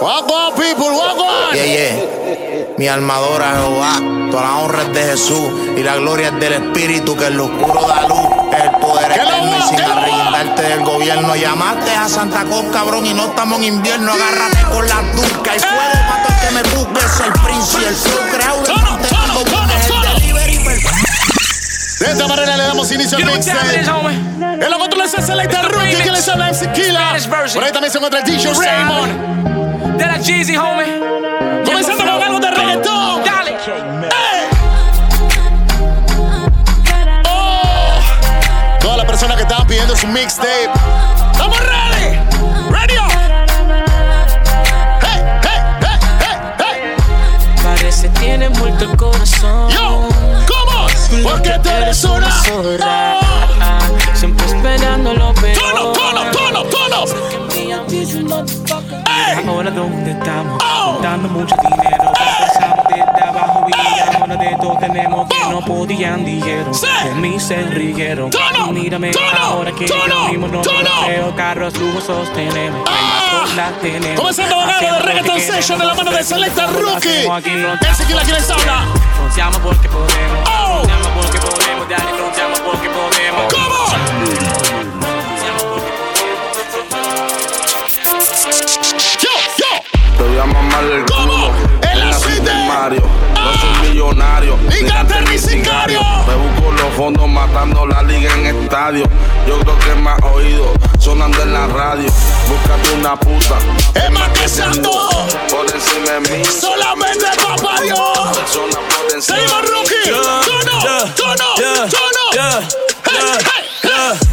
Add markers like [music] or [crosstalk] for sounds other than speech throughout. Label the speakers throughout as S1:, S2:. S1: Walk on, people, walk on.
S2: Yeah, yeah. Mi armadora Jehová, toda la honra es de Jesús y la gloria es del Espíritu que en lo oscuro da luz. El poder
S1: Que lo
S2: eterno y
S1: va,
S2: sin
S1: que lo va.
S2: arreglarte del gobierno. Llamaste a Santa Cruz, cabrón, y no estamos en invierno. Agárrate con la
S1: Eh.
S2: turca y fuego para todo que me busques. El príncipe, el flow creado de
S1: Solo,
S2: Marte,
S1: solo,
S2: como
S1: solo,
S2: es el
S1: solo.
S2: delivery perfecto.
S1: De esta manera le damos inicio al
S3: Get what's happening,
S1: mixtape.
S3: homie.
S1: En los controles es el Selecta Rookie, que les habla MC Killa.
S3: Spanish version.
S1: Por ahí también se encuentra el DJ Raymond.
S3: De la Jeezy, homie.
S1: Comenzando con algo de reggaetón.
S3: Dale.
S1: ¡Ey! ¡Oh! Todas las personas que estaban pidiendo su mixtape. ¡Estamos ready! ¡Radio! ¡Hey, hey, hey, hey,
S4: Parece tiene muerto el corazón.
S1: hey! ¡Yo! ¿Cómo? Porque tú eres una
S4: zorra. Ah, siempre esperando lo peor.
S1: ¡Tono, tono, tono, tono! ¡Ey!
S4: Ahora dónde estamos,
S1: Oh.
S4: dando mucho dinero. Pasamos desde abajo y ahora de todo tenemos que
S1: Oh.
S4: no podían dijeron.
S1: Sí.
S4: De mí se rieron.
S1: Tono,
S4: Y Mírame
S1: tono,
S4: ahora que
S1: tono,
S4: yo mismo no
S1: tono.
S4: lo veo. Carros, lujos sostenemos.
S1: Ah.
S4: Hay más cosas tenemos.
S1: Comenzando con algo de
S4: Haciendo lo que
S1: reggaeton
S4: queremos.
S1: session de la mano de Selecta
S4: Lo
S1: Rookie.
S4: hacemos aquí, no lo
S1: MC Killa, ¿quién les habla?
S4: Fronteamos porque podemos.
S1: Oh.
S4: Fronteamos porque podemos. Dale, fronteamos porque podemos.
S1: ¿Cómo?
S4: Fronteamos porque
S1: ¡Yo, yo!
S5: Te voy a mamar el
S1: ¿Cómo?
S5: culo.
S1: ¿En la
S5: Nací
S1: suite?
S5: de Mario.
S1: Ah.
S5: No soy millonario.
S1: Ni
S5: ni
S1: gante
S5: gante
S1: ni sicario.
S5: Me busco los fondos matando la liga en estadio. Yo creo que me has oído sonando en la radio. Búscate una puta.
S1: ¡Es más que santo!
S5: Por encima de mí.
S1: ¡Solamente papá Dios!
S5: Persona por encima.
S1: ¡Seguimos, Rookie! ¡Tono, tono, tono! ¡Hey, hey, hey!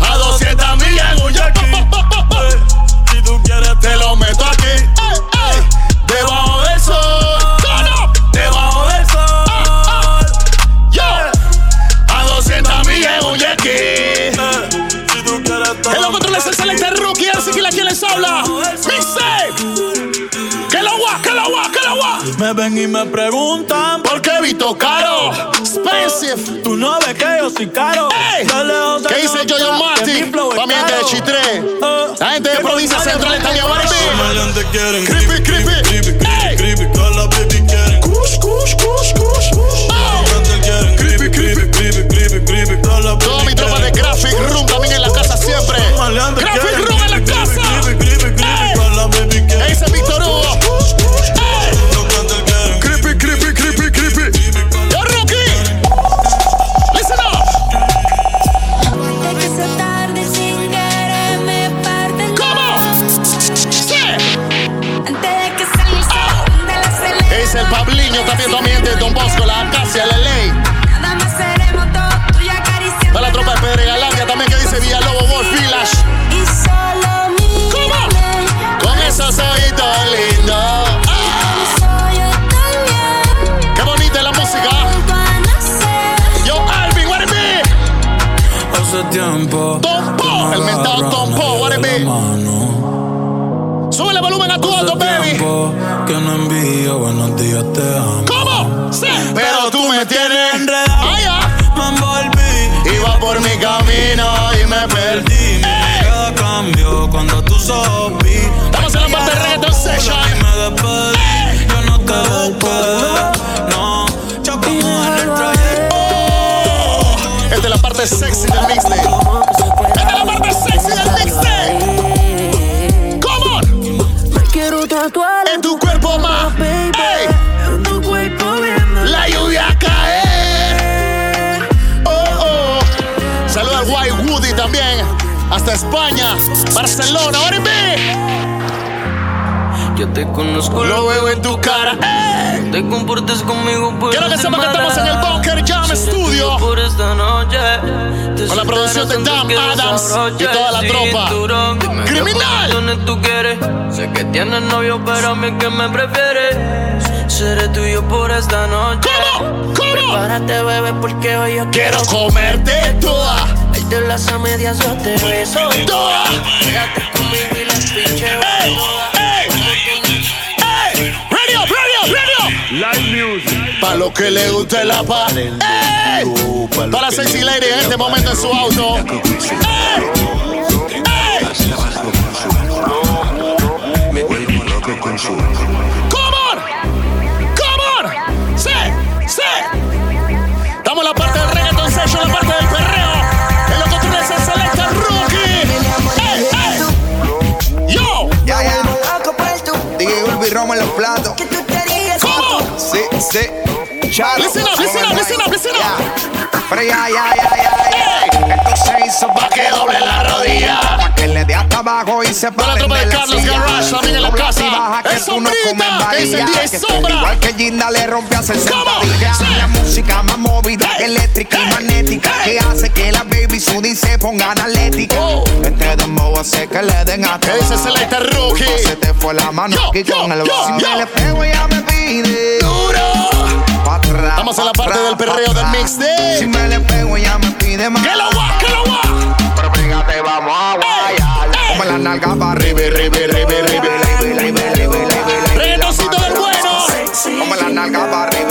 S1: A 200 millas en un jet. Si tú quieres te lo meto aquí. Ey, ey. Debajo del sol. Tono. Debajo del sol. Ah, Yo. A 200 millas en un jet ski. El otro es el excelente rookie, así que la quien les habla. Mixtape. Que lo guá, que lo guá, que lo guá.
S6: Me ven y me preguntan,
S1: ¿Por qué Vito Caro? Expensive.
S6: tú no ves que yo soy caro.
S1: ¡Ey!
S6: De lejos se
S1: ¿Qué dice
S6: nota
S1: Jojo
S6: que
S1: Martin?
S6: mi flow es
S1: También de
S6: caro.
S1: Chitré.
S6: Ah,
S1: La gente de
S6: que
S1: provincia
S6: con nadie
S1: central está bien,
S6: me
S1: Barbie.
S6: comparo.
S7: Comediantes quieren
S1: Creepy, creepy.
S7: creepy,
S1: Ey.
S7: creepy, creepy, todas las baby quieren.
S1: Cush, cush, cush, cush, cush. Oh.
S7: Comediantes quieren creepy, creepy, creepy, creepy, creepy, todas las
S1: Toda mi
S7: baby
S1: tropa de
S7: quieren.
S1: Graphic Room también en la casa siempre.
S7: Comediantes
S1: Graphic
S7: quieren
S1: Room en la
S7: creepy,
S1: casa.
S7: creepy, creepy, creepy,
S1: Ey.
S7: todas las baby
S1: ¿Qué
S7: quieren.
S1: dice Víctor Hugo? ¡Eh! ¡Ey!
S7: Comediantes quieren
S1: Creepy, creepy, creepy, creepy. Yo, Rookie. Listen up.
S8: Puede que sea tarde y sin querer me parte el
S1: ¿Cómo? Sí.
S8: mar. Antes de que salga el sol de la celeste.
S1: Es el Pabliño también, toda mi gente de Don Bosco, la Acacia, la Ley.
S8: Nada más seremos dos, tú y acariciando.
S1: Está la tropa de Pedre Galandia también que dice Villalobos Wolf Village.
S8: Y solo mírame.
S1: ¿Cómo? Con esos ojitos lindos. ¡Ah!
S8: Soy yo también.
S1: ¡Qué bonita es la música!
S8: Junto a nacer.
S1: Yo, Alvin, what it be?
S7: Hace tiempo
S1: Don Po, el mentado Don Po, what it be? Sube el volumen a tu auto, baby.
S7: que no envío buenos días, te amo.
S1: ¿Cómo? Sí. Pero tú me tienes
S7: enredado.
S1: Ay, ah.
S7: Me envolví
S1: Iba por mi camino y me perdí.
S7: Dime cada cambio cuando tú vi
S1: Estamos en la parte de reggaeton session.
S7: Y me despedí, yo no te busqué No, yo como en el trayecto
S1: Oh, Esta es la parte sexy del mixtape. Esta es la parte sexy del mixtape. Come on.
S9: Quiero tatuar
S1: En tu cuerpo más. Ey,
S9: tu cuerpo viendo.
S1: la lluvia cae. Oh, oh. Saluda al White Woody también. Hasta España, Barcelona, Oribe.
S4: Yo te conozco,
S1: Lo veo en tu cara. Ey,
S4: te comportes conmigo por
S1: Quiero que sepan que estamos en el Bunker Jam Studio.
S4: por esta noche.
S1: Con la producción de Dan Adams y toda la tropa. ¡Criminal!
S4: tú quieres. Sé que tienes novio, pero a mí que me prefieres. Seré tuyo por esta noche.
S1: ¿Cómo? ¿Cómo?
S4: Párate, bebé, porque hoy yo
S1: Quiero comerte toda,
S4: Ahí te las a medias, yo te beso.
S1: toda.
S4: Pégate conmigo y las pinche.
S1: Ey, ey, ey. Radio, radio, radio. Para los que le guste la paz. ¡Ey! Para la sexy lady en este momento en su auto. ¡Ey! ¡Ey! Come on, come on, sí, sí. Estamos en la parte del reggaeton session, la parte del perreo. En los controles es Selecta Rookie. Ey, ey. Yo,
S10: Ya, ya. DJ Urbi Roma en los platos.
S1: ¿cómo?
S10: Sí, sí. Charo.
S1: Listen up, listen up, listen up, listen up.
S10: Ya. Pero ya, ya, ya, ya, ya. Esto se hizo pa' que doble la rodilla. Pa' que le dé hasta abajo y se
S1: Para la
S10: paren
S1: tropa de
S10: la
S1: Carlos
S10: silla.
S1: Garage, también en la
S10: Doblas y
S1: casa.
S10: baja que
S1: ¡Es
S10: tú no comes
S1: sombrita! ¡Que dice
S10: varilla.
S1: DJ
S10: Que estoy
S1: Sombra!
S10: Igual que Ginda le rompe a 60
S1: ¿Cómo?
S10: días.
S1: Sí.
S10: La música más movida,
S1: Hey.
S10: eléctrica y
S1: Hey.
S10: magnética.
S1: Hey.
S10: Que hace que la baby Sudi se ponga analética.
S1: Oh.
S10: Entre dembow hace que le den hasta
S1: ¿Qué dice
S10: abajo.
S1: Selecta Rookie?
S10: Pulpo Se te fue la mano
S1: Yo,
S10: aquí
S1: yo,
S10: con el
S1: yo,
S10: bajo.
S1: yo.
S10: Me le pego y ya me pide.
S1: Duro.
S10: Pa' atrás,
S1: Estamos en la
S10: pa'
S1: parte
S10: atrás,
S1: del perreo
S10: pa'
S1: del
S10: atrás.
S1: mix day.
S10: Si me le pego ya me pide más.
S1: ¡Que lo guá, que lo guá!
S10: Pero fíjate, vamos a guayar.
S1: ey.
S10: Come la nalga para arriba.
S1: Ribe, ribe, ribe, ribe. Reggaetoncito del bueno.
S10: Come la nalga para arriba.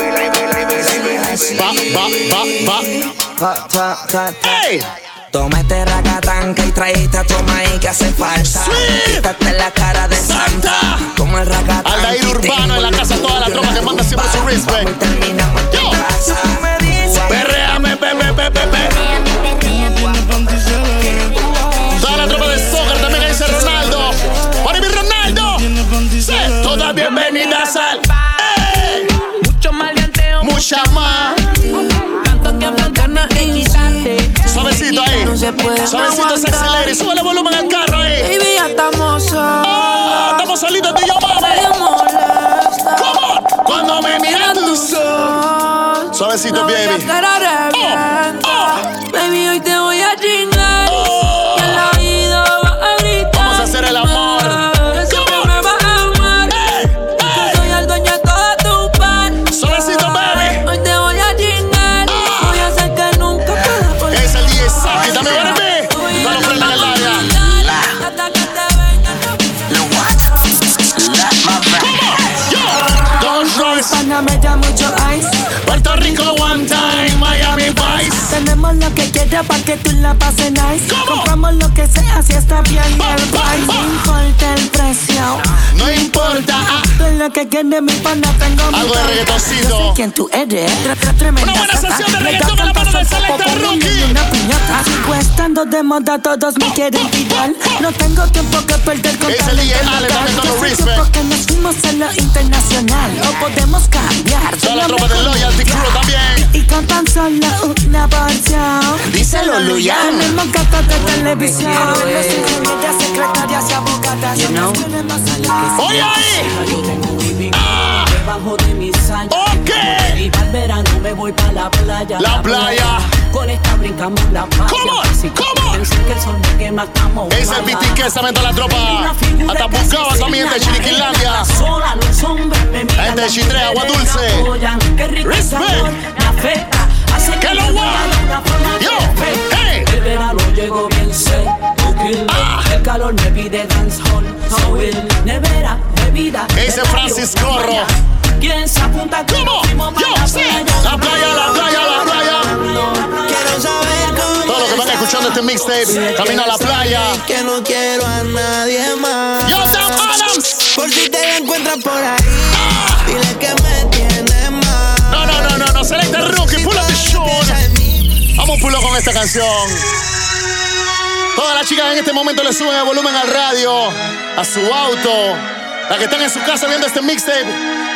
S1: Va, va, va, va. ¡Ey!
S9: Toma este racatanca y traíste a tu maíz que hace falta.
S1: Sí.
S9: Quítate la cara de santa.
S1: ¡Santa!
S9: Toma el racatanca.
S1: Aldair Urbano en la casa, toda la tropa que manda siempre su respect. Yo. Perreame, pe, pe, pe, pe, pe. Toda la tropa de soccer también que dice Ronaldo. Para mi Ronaldo. Sí, todas bienvenidas al. ¡Ey!
S9: Mucho maleanteo,
S1: Mucha más.
S9: tanto que hablan ganas en guisarte.
S1: Suavecito ahí.
S9: No se puede
S1: Suavecito se
S9: aguantar.
S1: acelera y sube el volumen al carro ahí.
S9: Baby, ya estamos
S1: Ah,
S9: solos.
S1: Estamos solitos tú y yo, mami.
S9: Nadie molesta.
S1: ¿Cómo? Cuando me miran tus ojos.
S9: Sol.
S1: Suavecito,
S9: No voy a
S1: baby. Oh.
S9: estar arrepentada. Baby, hoy te voy a chingar.
S1: Oh.
S9: Y al oído va a gritar.
S1: Vamos a hacer el amor.
S9: Siempre
S1: Come on.
S9: me vas a amar.
S1: Ey,
S9: Yo
S1: ey.
S9: soy el dueño de toda tu pan.
S1: Suavecito, baby.
S9: Hoy te voy a chingar.
S1: Ah.
S9: Voy a hacer que nunca pueda volver.
S1: Es el DJ Saki, también van a ver.
S9: Voy
S1: Con
S9: a
S1: los frenos en el área.
S9: caminar Hasta que te venga la
S1: Yo, Don Royce,
S9: Panamá ya mucho ice.
S1: Puerto Rico One Time, Miami Vice.
S9: Tenemos lo que quieras para que tú la pases nice.
S1: ¿Cómo?
S9: Compramos lo que sea si está bien el
S1: Pa, pa,
S9: price.
S1: pa.
S9: No importa el precio.
S1: No importa. ah,
S9: Todo lo que quieres mi pana tengo mi
S1: Algo de
S9: pana.
S1: reggaetoncito.
S9: Yo sé quién tú eres. Tre- tre- tremenda
S1: Una buena
S9: sata.
S1: sesión de
S9: Me
S1: reggaetón
S9: da
S1: con la
S9: tanto
S1: mano del
S9: sofoco
S1: Selecta
S9: por un niño
S1: Rookie.
S9: y una piñata. Sigo estando de moda todos me quieren tirar. No tengo tiempo que perder con
S1: Es
S9: tal
S1: el
S9: de
S1: DJ Ale,
S9: ganar.
S1: dame todo
S9: Yo sé
S1: respect.
S9: tiempo que nos fuimos a lo internacional. No podemos cambiar.
S1: Toda la
S9: Solo
S1: tropa de
S9: mejor
S1: Loyalty Crew también.
S9: y cantan solo una porción.
S1: Díselo, Luyan.
S9: Tenemos gatos de televisión. Los ingenieros, secretarias y abogadas.
S1: Oye ahí. Ah,
S9: Debajo de mis años.
S1: ok.
S9: Y al verano me voy para la playa.
S1: La playa.
S9: Con esta brincamos la playa.
S1: Come on, come on.
S9: que el sol me quema, estamos
S1: Es el
S9: mala.
S1: BTK, también toda la tropa.
S9: Una figura
S1: Hasta
S9: que
S1: Pucaba
S9: se
S1: también de
S9: señala,
S1: Chiriquilandia.
S9: la sola, los hombres me miran,
S1: gente de
S9: las
S1: Chitrea,
S9: mujeres
S1: agua dulce.
S9: me apoyan. Qué rico
S1: Respect.
S9: sabor, la feta. Hace
S1: Que lo
S9: me
S1: guau.
S9: haga una forma
S1: Yo,
S9: perfecta.
S1: hey.
S9: El verano llegó bien seco.
S1: Ah.
S9: El calor me pide dancehall. Soul, nevera, bebida.
S1: Ese
S9: Del
S1: Francis
S9: barrio,
S1: Corro.
S9: mañana. ¿Quién se apunta? que
S1: ¿Cómo?
S9: nos fuimos pa'
S1: Yo,
S9: la
S1: sí.
S9: playa?
S1: La playa, la playa, la playa.
S7: Quiero saber cómo
S1: Todos los que van escuchando este mixtape, camino a la playa.
S7: que no quiero a nadie más.
S1: Yo, Sam Adams.
S7: Por si te la encuentras por ahí,
S1: Ah,
S7: dile que me tienes más.
S1: No, no, no, no, no. Selecta Rookie, pull up the short.
S7: Piensa en mí.
S1: Vamos pulo con esta canción. Todas las chicas en este momento le suben el volumen al radio, a su auto. Las que están en su casa viendo este mixtape,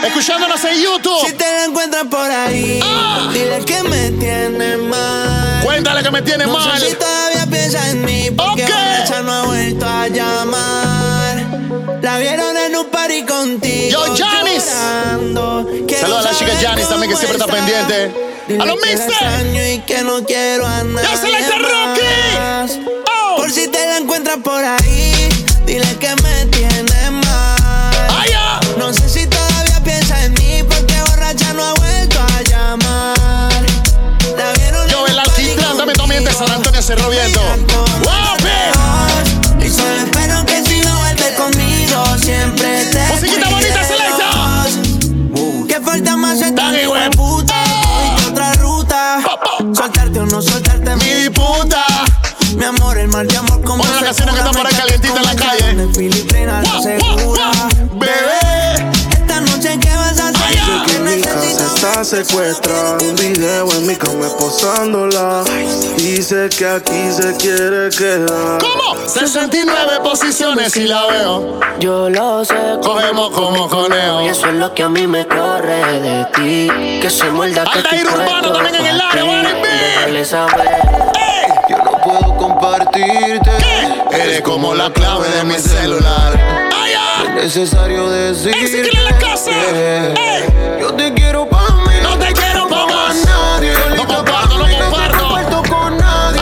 S1: escuchándonos en
S7: Si
S1: YouTube.
S7: te la encuentras por ahí,
S1: Ah.
S7: dile que me tienes más.
S1: Cuéntale que me tiene
S7: No
S1: mal.
S7: sé si todavía piensa en mí porque
S1: Ok.
S7: Bonacha no ha vuelto a llamar. La vieron en un party contigo.
S1: Yo, Janis.
S7: llorando. Quiero
S1: Saludos a la chica
S7: saber
S1: Janis también, que
S7: cómo
S1: siempre está pendiente.
S7: Dile
S1: ¡A los
S7: que la
S1: mixes!
S7: extraño y que no quiero a nadie
S1: se la hice
S7: más.
S1: Rocky. Oh.
S7: Por si te la encuentras por ahí, dile que me tienes mal.
S1: ¡Ay, ah!
S7: No sé si todavía piensa en mí porque borracha no ha vuelto a llamar. La vieron
S1: Yo, el
S7: en un party
S1: alquitrán también también de San
S7: contigo.
S1: Antonio Cerro Viento. ¡Guapi!
S7: Y solo espero que si no vuelves conmigo siempre te
S1: Musiquita
S7: cuides.
S1: bonita,
S7: Que falta más ser
S1: Tan
S7: tan
S1: hijo de
S7: puta
S1: puta.
S7: Y otra ruta
S1: Pa, pa.
S7: Soltarte o no soltarte
S1: Mi disputa.
S7: mi amor, el mal de amor como
S1: Una de las canciones que está por ahí calientita en la calle. Guau, guau, guau. Bebé.
S11: noche que vas a hacer.
S12: Yo que mi casa está secuestrada. Un video en mi cama posándola. Dice que aquí se quiere quedar.
S1: ¿Cómo? 69 posiciones y la veo.
S8: Yo lo sé.
S1: Cogemos como coneo.
S8: Y eso es lo que a mí me corre de ti. Que se muerda que
S1: Altair Urbano también en el área, Warren
S8: Déjale saber.
S1: Yo no puedo compartirte. Eres como la clave de mi celular.
S12: Es necesario decir.
S1: la casa!
S12: Yo te quiero pa' mí.
S1: eh, No te quiero pa' más.
S12: nadie.
S1: No comparto, no comparto. Ah,
S12: comparto con nadie.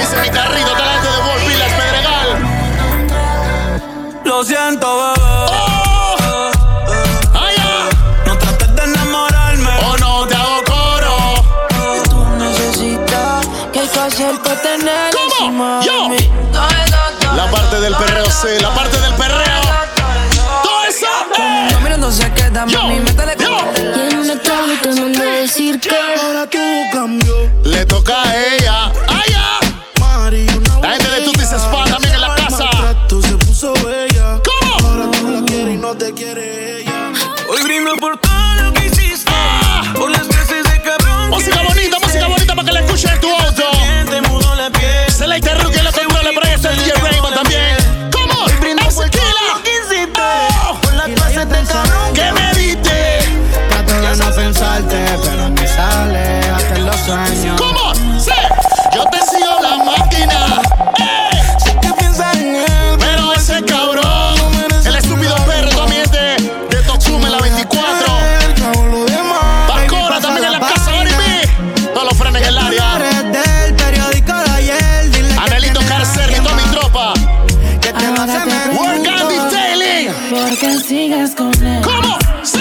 S1: Ese es mi carrito delante de Wolf Villas Pedregal.
S13: Lo siento, bebé.
S1: ¡Oh! ¡Ay, ah!
S13: No trates de enamorarme.
S1: ¡Oh, no te hago coro!
S8: Tú necesitas que casi el pa' tener
S1: ¿Cómo?
S8: encima de
S1: Yo.
S8: mí. Todo eso, todo
S1: La
S8: eso,
S1: parte del
S8: todo
S1: perreo,
S8: eso,
S1: sí, la parte del perreo. ¡Todo eso! eh.
S8: Mira, no se queda,
S1: Yo,
S8: mami, métele con
S1: yo.
S14: Y en una tarde te mandé a decir que
S12: Ahora tú cambió.
S1: Le toca a ella. ¡Ay, ah!
S12: Mari, una
S1: La gente de
S12: botella.
S1: Tutti se spa también en la
S12: Al
S1: casa.
S12: maltrato se puso bella.
S1: ¿Cómo?
S12: Ahora tú la quieres y no te quiere ella.
S13: Hoy brindo por todo lo que hiciste.
S1: Ah.
S13: Por las clases de cabrón.
S1: Música bonita, música bonita para que la escuches en tu auto.
S13: Te mudó la piel.
S1: Se la interrumpe que la figura le presta el DJ Raymond también. ¿Cómo? ¡Esquila! ¡Oh!
S7: Por las clases del cabrón
S1: ¿Qué me diste?
S7: Trato de no pensarte, pero me sale hasta en los sueños.
S1: ¿Cómo? ¡Sí! Yo te sigo la máquina. ¡Eh!
S7: ¿Qué piensas en él?
S1: Pero ese cabrón, el estúpido perro también de, de Tocume, la 24.
S7: Él, cabo, lo demás. Baby,
S1: Pascora
S7: pasa
S1: también en la
S7: la
S1: casa,
S7: página.
S1: Orimi. No lo frenes en el área.
S7: Eres del periódico de ayer. Dile que este
S1: Anelito
S7: tienes
S1: Carcer y
S7: alguien
S1: toda mi
S7: más,
S1: tropa.
S7: Que te va a hacer
S8: Ahora te
S7: menos.
S1: Work Andy Daily.
S15: Porque sigas con él.
S1: ¿Cómo? ¡Sí!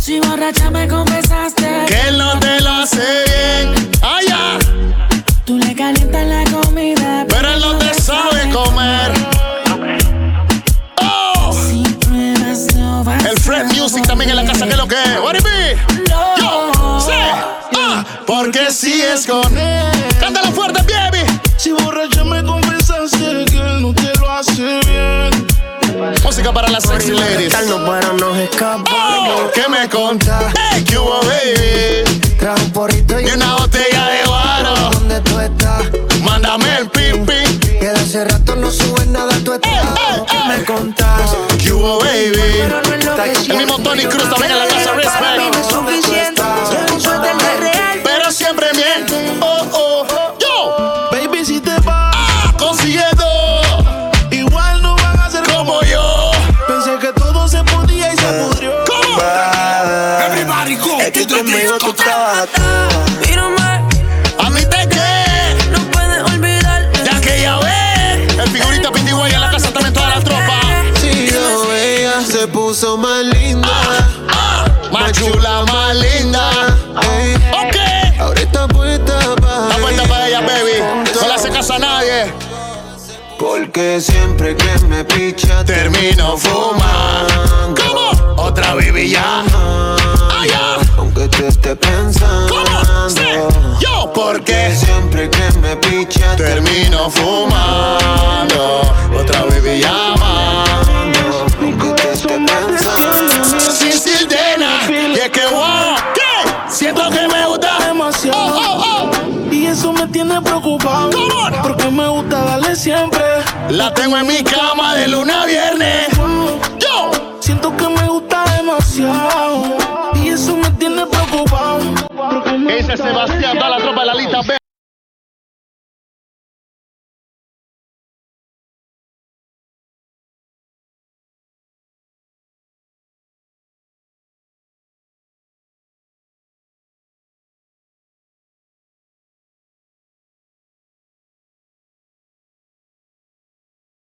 S15: Si borracha me confesaste,
S1: Que él no te lo hace bien. Ay, ah,
S15: tú le calientas la comida.
S1: pero él no te sabe comer. Oh,
S15: Sin pruebas no vas
S1: el Fred Music también en la casa, que es lo que es. What it be? Yo, sí, ah, porque si es con él. Cántalo fuerte, baby.
S12: Si borracha me confesaste que él no te lo hace bien.
S1: Música para las sexy ladies.
S8: Tal para nos
S1: Oh, ¿qué me contás? Hey, ¿qué hubo, baby?
S7: Trae un porrito y
S1: Y una botella de guaro.
S7: donde tú estás.
S1: Mándame el pim, pim.
S7: Que de hace rato no subes nada a tu estado.
S1: eh, eh.
S7: ¿Qué me contás?
S1: ¿Qué hubo, baby? El mismo Tony Cruz también en la casa,
S11: Para mí no es
S1: respect.
S11: suficiente. Llevo un suéter de real.
S1: Pero siempre bien. Oh, oh, oh. Yo,
S12: Baby, si te vas,
S1: ah, consiguiendo.
S12: igual no van a ser
S1: Como yo.
S12: Pensé que todo se podía y se
S1: Eh.
S12: pudrió.
S1: ¿Cómo? Everybody go.
S8: Mírame,
S1: A mí te que.
S8: no puedes olvidarte.
S1: Ya que ya ves. El figurita Pintigüey en la casa también toda la tropa.
S12: Si yo ella se puso más linda.
S1: Más chula, más linda.
S12: Ey,
S1: Ok.
S12: ahora está puesta
S1: La
S12: para
S1: puerta para ella, baby. No le hace caso a nadie.
S12: Porque siempre que me picha
S1: Termino fumando. ¿Cómo? Otra baby ya. Ay, ya.
S12: Aunque te esté pensando.
S1: ¿Cómo? Sí. Yo, porque
S12: Siempre que me picha
S1: termino fumando. Otra baby llamando.
S12: Aunque te esté pensando.
S1: Sin sirena. Y es que wow. ¿Qué? Siento que me gusta.
S12: Demasiado.
S1: Oh, oh, oh.
S12: Y eso me tiene preocupado.
S1: ¿Cómo no?
S12: Porque me gusta darle siempre.
S1: La tengo en mi cama de luna a viernes.
S12: Wow,
S1: Yo.
S12: Siento que me gusta demasiado. Y eso me tiene preocupado. Porque me
S1: Ese es
S12: gusta
S1: Sebastián,
S12: darle
S1: toda la tropa de la lista B.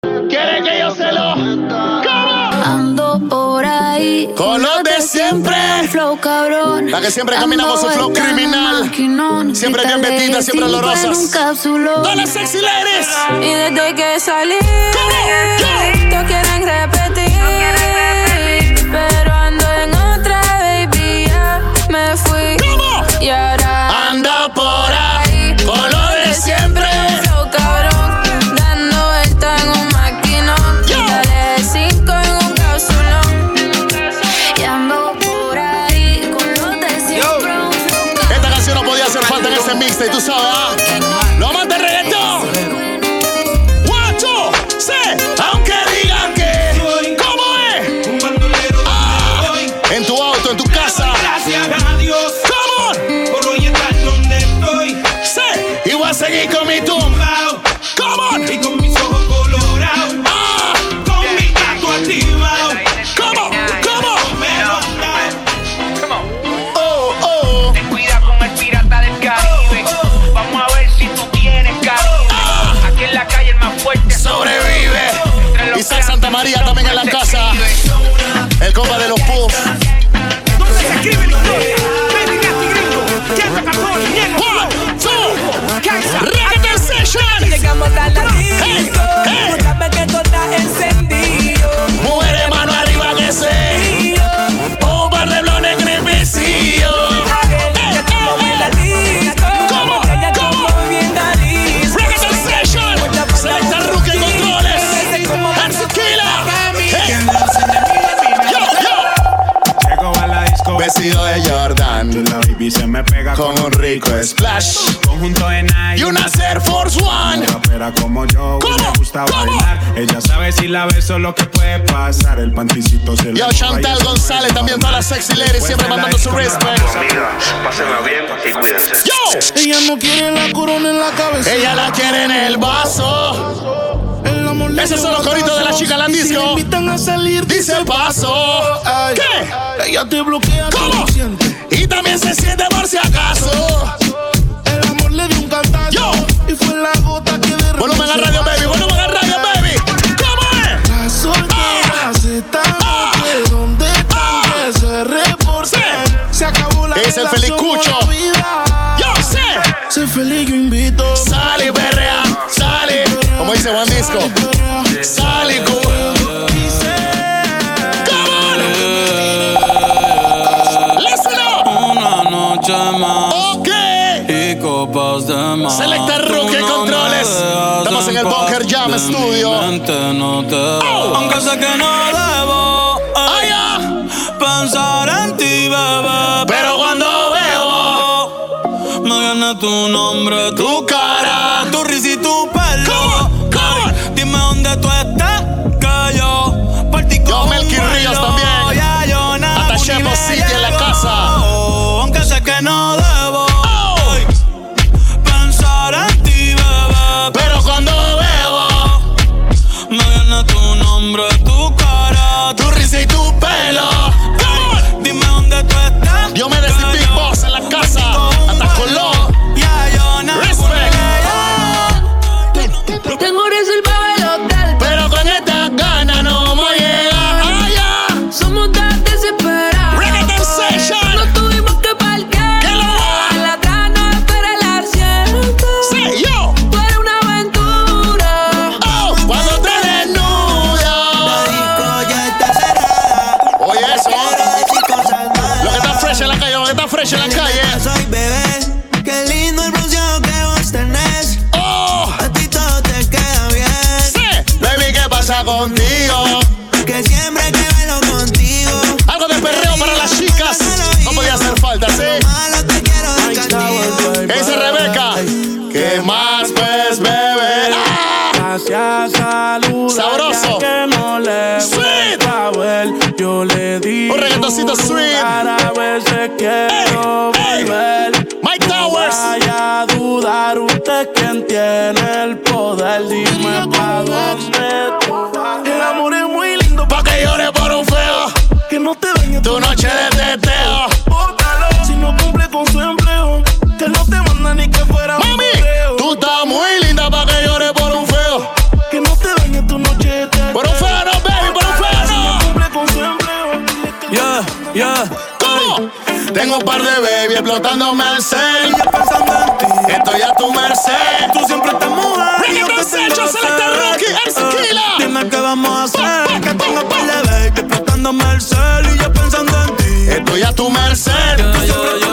S1: ¿Quiere que yo se lo ¿Cómo?
S14: ando por ahí.
S1: Con los de siempre.
S14: Flow cabrón.
S1: La que siempre camina con su
S14: Ando
S1: flow
S14: vuelta en
S1: criminal.
S14: maquinón.
S1: Siempre bien
S14: Grítale
S1: vestida, siempre
S14: sin
S1: olorosas.
S14: cuero, un cápsulo.
S1: ¡Todas las sexy ladies!
S8: Y desde que salí,
S1: ¿Cómo?
S8: no quieren repetir. Pero ando en otra, baby, ya me fui.
S1: ¿Cómo? Ah,
S8: Y ahora
S1: Anda por ahí con lo de siempre.
S8: flow cabrón, dando vuelta en un maquinón.
S1: Yo.
S8: Dale de cinco en un cápsulón.
S1: Eh. clase mixta y tú sabes, ah. Lo más de reggaetón. Guacho, sé, aunque digan que. ¿Cómo es? Ah, en tu auto, en tu casa.
S7: Gracias a Dios.
S1: Come on.
S7: Por hoy estar donde estoy.
S1: Sé, y voy a seguir con mi tumbao. Come on.
S7: Y con mis ojos colorados.
S1: Ah,
S7: Con mi tatu activado.
S1: come on, come on.
S7: Me he levantado.
S1: Oh, oh.
S16: Ten cuidado con el pirata del Caribe. Vamos a ver si tú tienes Caribe. Aquí en la calle el más fuerte
S1: Sobrevive.
S16: Entre los
S1: Isaac Santa María también en la casa. El compa de los puffs.
S10: ¿Dónde se escribe la historia? Baby Gatti Gringo, Chenta Capone, Ñengo,
S1: One, two. Reggaeton Session.
S9: Llegamos a la
S1: Hey,
S9: disco,
S1: hey.
S9: búscame que todo está encendido.
S1: Mujeres, mano arriba que se. Un par de blones crepecillos.
S9: Ya
S1: Eh,
S9: estamos en la disco,
S1: Come on,
S9: que ya
S1: come
S9: estamos bien dalisco.
S1: Reggaeton Session. Selecta Rookie Controles. Yo, yo.
S5: Llego a la disco
S1: Vestido de Jordan.
S5: La baby se me pega
S1: Con un rico splash.
S5: conjunto en
S1: Y
S5: aire.
S1: una Air Force One.
S5: Rapera como yo,
S1: ¿Cómo?
S5: le gusta
S1: ¿Cómo?
S5: bailar. Ella sabe si la beso lo que puede pasar. El panticito se le
S1: Yo,
S5: moja y
S1: Chantal
S5: eso
S1: González,
S5: no
S1: también todas las sexy ladies, siempre mandando su respect.
S17: Comida, pásenla bien y cuídense.
S1: Yo,
S10: Ella no quiere la corona en la cabeza.
S1: ella la quiere en el vaso.
S10: El amor le
S1: Esos son
S10: lleva
S1: los coritos de la
S10: pasos.
S1: chica la
S10: Y Si
S1: disco.
S10: le invitan a salir,
S1: Dice el paso.
S10: ay,
S1: ¿Qué?
S10: Ella te bloquea
S1: ¿Cómo?
S10: siente.
S1: Y también se siente por si acaso.
S10: El amor le dio un cantazo.
S1: Yo.
S10: Y fue la gota que derramó.
S1: Volumen a
S10: su
S1: radio, baby. Volumen a radio, baby. ¿Cómo es?
S10: Está soltera, se está
S1: Ah.
S10: de donde
S1: Ah.
S10: que se reportan. Se acabó la
S1: Es el
S10: relación
S1: Felicucho.
S10: o la vida.
S1: Yo sé.
S10: Sé feliz, yo invito.
S1: Sale y perrea. Sale. Como dice Juan Disco. Sale y cu- Come on. Listen up.
S7: Una noche más.
S1: Ok.
S7: y copas de más.
S1: Selecta Roque
S7: Tú no
S1: Controles.
S7: me dejas
S1: Estamos en el
S7: paz,
S1: Bunker Jam
S7: de
S1: Studio.
S7: mi mente no te va. Aunque sé que no debo
S1: Ay,
S7: ay,
S1: ah.
S7: pensar en ti, bebé.
S1: Pero cuando veo
S7: me viene tu nombre, tu,
S1: tu cara.
S7: tu risa y tu pelo.
S1: Come on. Come on.
S7: Dime dónde tú estás, que yo partí con
S1: Yo,
S7: un
S1: Melky
S7: vuelo.
S1: Ríos también.
S7: Ya yo nada,
S1: Hasta
S7: ni
S1: Chemo
S7: le
S1: City en la
S7: llego.
S1: casa.
S7: Aunque sé que no debo
S1: Oh.
S7: ay, pensar en ti, bebé.
S1: Pero cuando veo
S7: Me viene tu nombre, tu cara, tu
S1: tu risa y tu pelo. Come on.
S7: Dime dónde tú estás.
S1: Yo me decidí Big Boss en la casa. Hasta Colón.
S7: Ya yo nada,
S1: Respect.
S7: ni le llego.
S8: Tengo reservado el hotel.
S1: Pero con esta gana no me llega. Ay, ah.
S8: Somos tan desesperados.
S1: Reggaeton Session.
S8: No tuvimos que parquear.
S1: Que lo va.
S8: A la gana espera el asiento.
S1: Sí, yo.
S8: Tú eres una aventura.
S1: Oh, cuando te desnuda.
S18: ya está cerrada.
S1: Oye, eso.
S18: Quiero decir cosas malas.
S1: Lo que está fresh en la calle, lo que está fresh en la calle.
S18: Soy bebé. Qué lindo el bronceado que vos tenés.
S1: Oh,
S18: A ti todo te queda bien.
S1: sí. Baby, ¿qué pasa contigo?
S18: Que siempre que bailo contigo.
S1: Algo de perreo para las chicas. No podía hacer falta, sí.
S18: Malo te quiero dar castigo.
S1: ¿Qué dice Rebeca? ¿Qué más pues, bebé? Ah,
S19: Gracias, salud.
S1: Sabroso.
S19: Que no le
S1: Sweet.
S19: gusta ver. Yo le di
S1: Un reggaetoncito sweet.
S19: A veces quiero
S1: ey. Pues.
S19: volver.
S1: Mike Towers.
S19: No vaya a dudar usted quien tiene el poder. Dime pa' dónde tú vas.
S10: El amor es muy lindo.
S1: Pa' que llore por un feo.
S10: Que no te dañe
S1: Tu noche de teteo.
S10: Bótalo. Si no cumple con su empleo. Que no te manda ni que fuera un
S1: Mami,
S10: correo.
S1: tú estás muy linda pa' que llore por un feo.
S10: Que no te dañe tu noche. te-
S1: Por un feo no, baby, por un feo
S10: Si no
S1: no.
S10: cumple con su empleo. dile que-
S7: Yeah, yeah.
S1: ¿Cómo? Tengo un par de baby explotándome el cel. Estoy a tu merced.
S7: Tú siempre te mudas. y yo
S1: Reggaeton
S7: te tengo
S1: Session, Selecta
S7: sed.
S1: Rocky, Erskila.
S7: Dime qué vamos a
S1: Pa, pa,
S7: hacer. Que tengo
S1: pa,
S7: par
S1: pa.
S7: de baby explotándome el cel y yo pensando en ti.
S1: Estoy a tu merced.
S7: Tú siempre te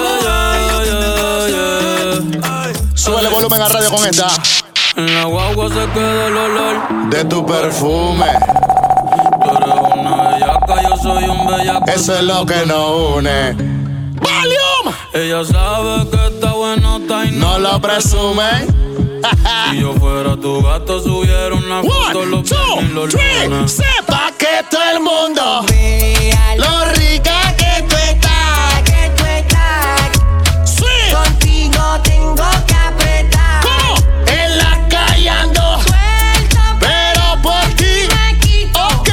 S7: mudas.
S1: Sube el volumen a radio con esta.
S7: En la guagua se queda el olor.
S1: De tu perfume.
S7: Tú eres una bellaca, yo soy un bellaco.
S1: Eso es lo que nos une. ¡Valium!
S7: Ella sabe que está bueno
S20: gusta y
S1: no, lo presumen.
S20: Si yo fuera tu gato, subiera una foto
S1: One,
S20: los
S1: two,
S20: viernes y los
S1: three,
S20: lunes.
S1: sepa que todo el mundo lo rica que tú estás.
S8: Que tú estás.
S1: Sí.
S8: Contigo tengo que apretar.
S1: ¿Cómo? En la calle ando
S8: Suelta,
S1: pero por ti.
S8: me quito.
S1: Ok.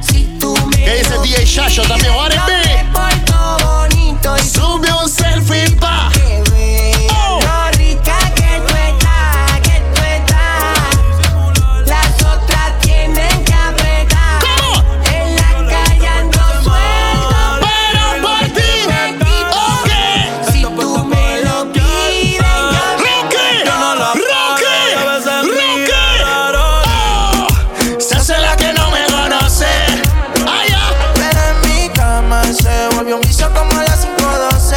S8: Si tú me.
S1: Oh. ¿Qué dice DJ Shasho también? este.
S8: Yo
S1: R&B.
S8: me porto bonito y
S1: Sube un selfie pa.
S8: que vean
S1: Oh.
S8: lo rica que tú estás, que tú estás. Las otras tienen que apretar.
S1: ¿Cómo?
S8: En la calle ando suelto,
S1: Pero por ti.
S8: me quito.
S1: Ok.
S8: Si tú me lo pides, yo
S1: Roque,
S20: Yo no la pago, a veces
S1: Roque,
S20: me
S1: Roque.
S20: ignoraron.
S1: Oh, Se hace la que no me conoce. Ay, ah,
S21: Pero en mi cama se volvió un vicio como a las 512.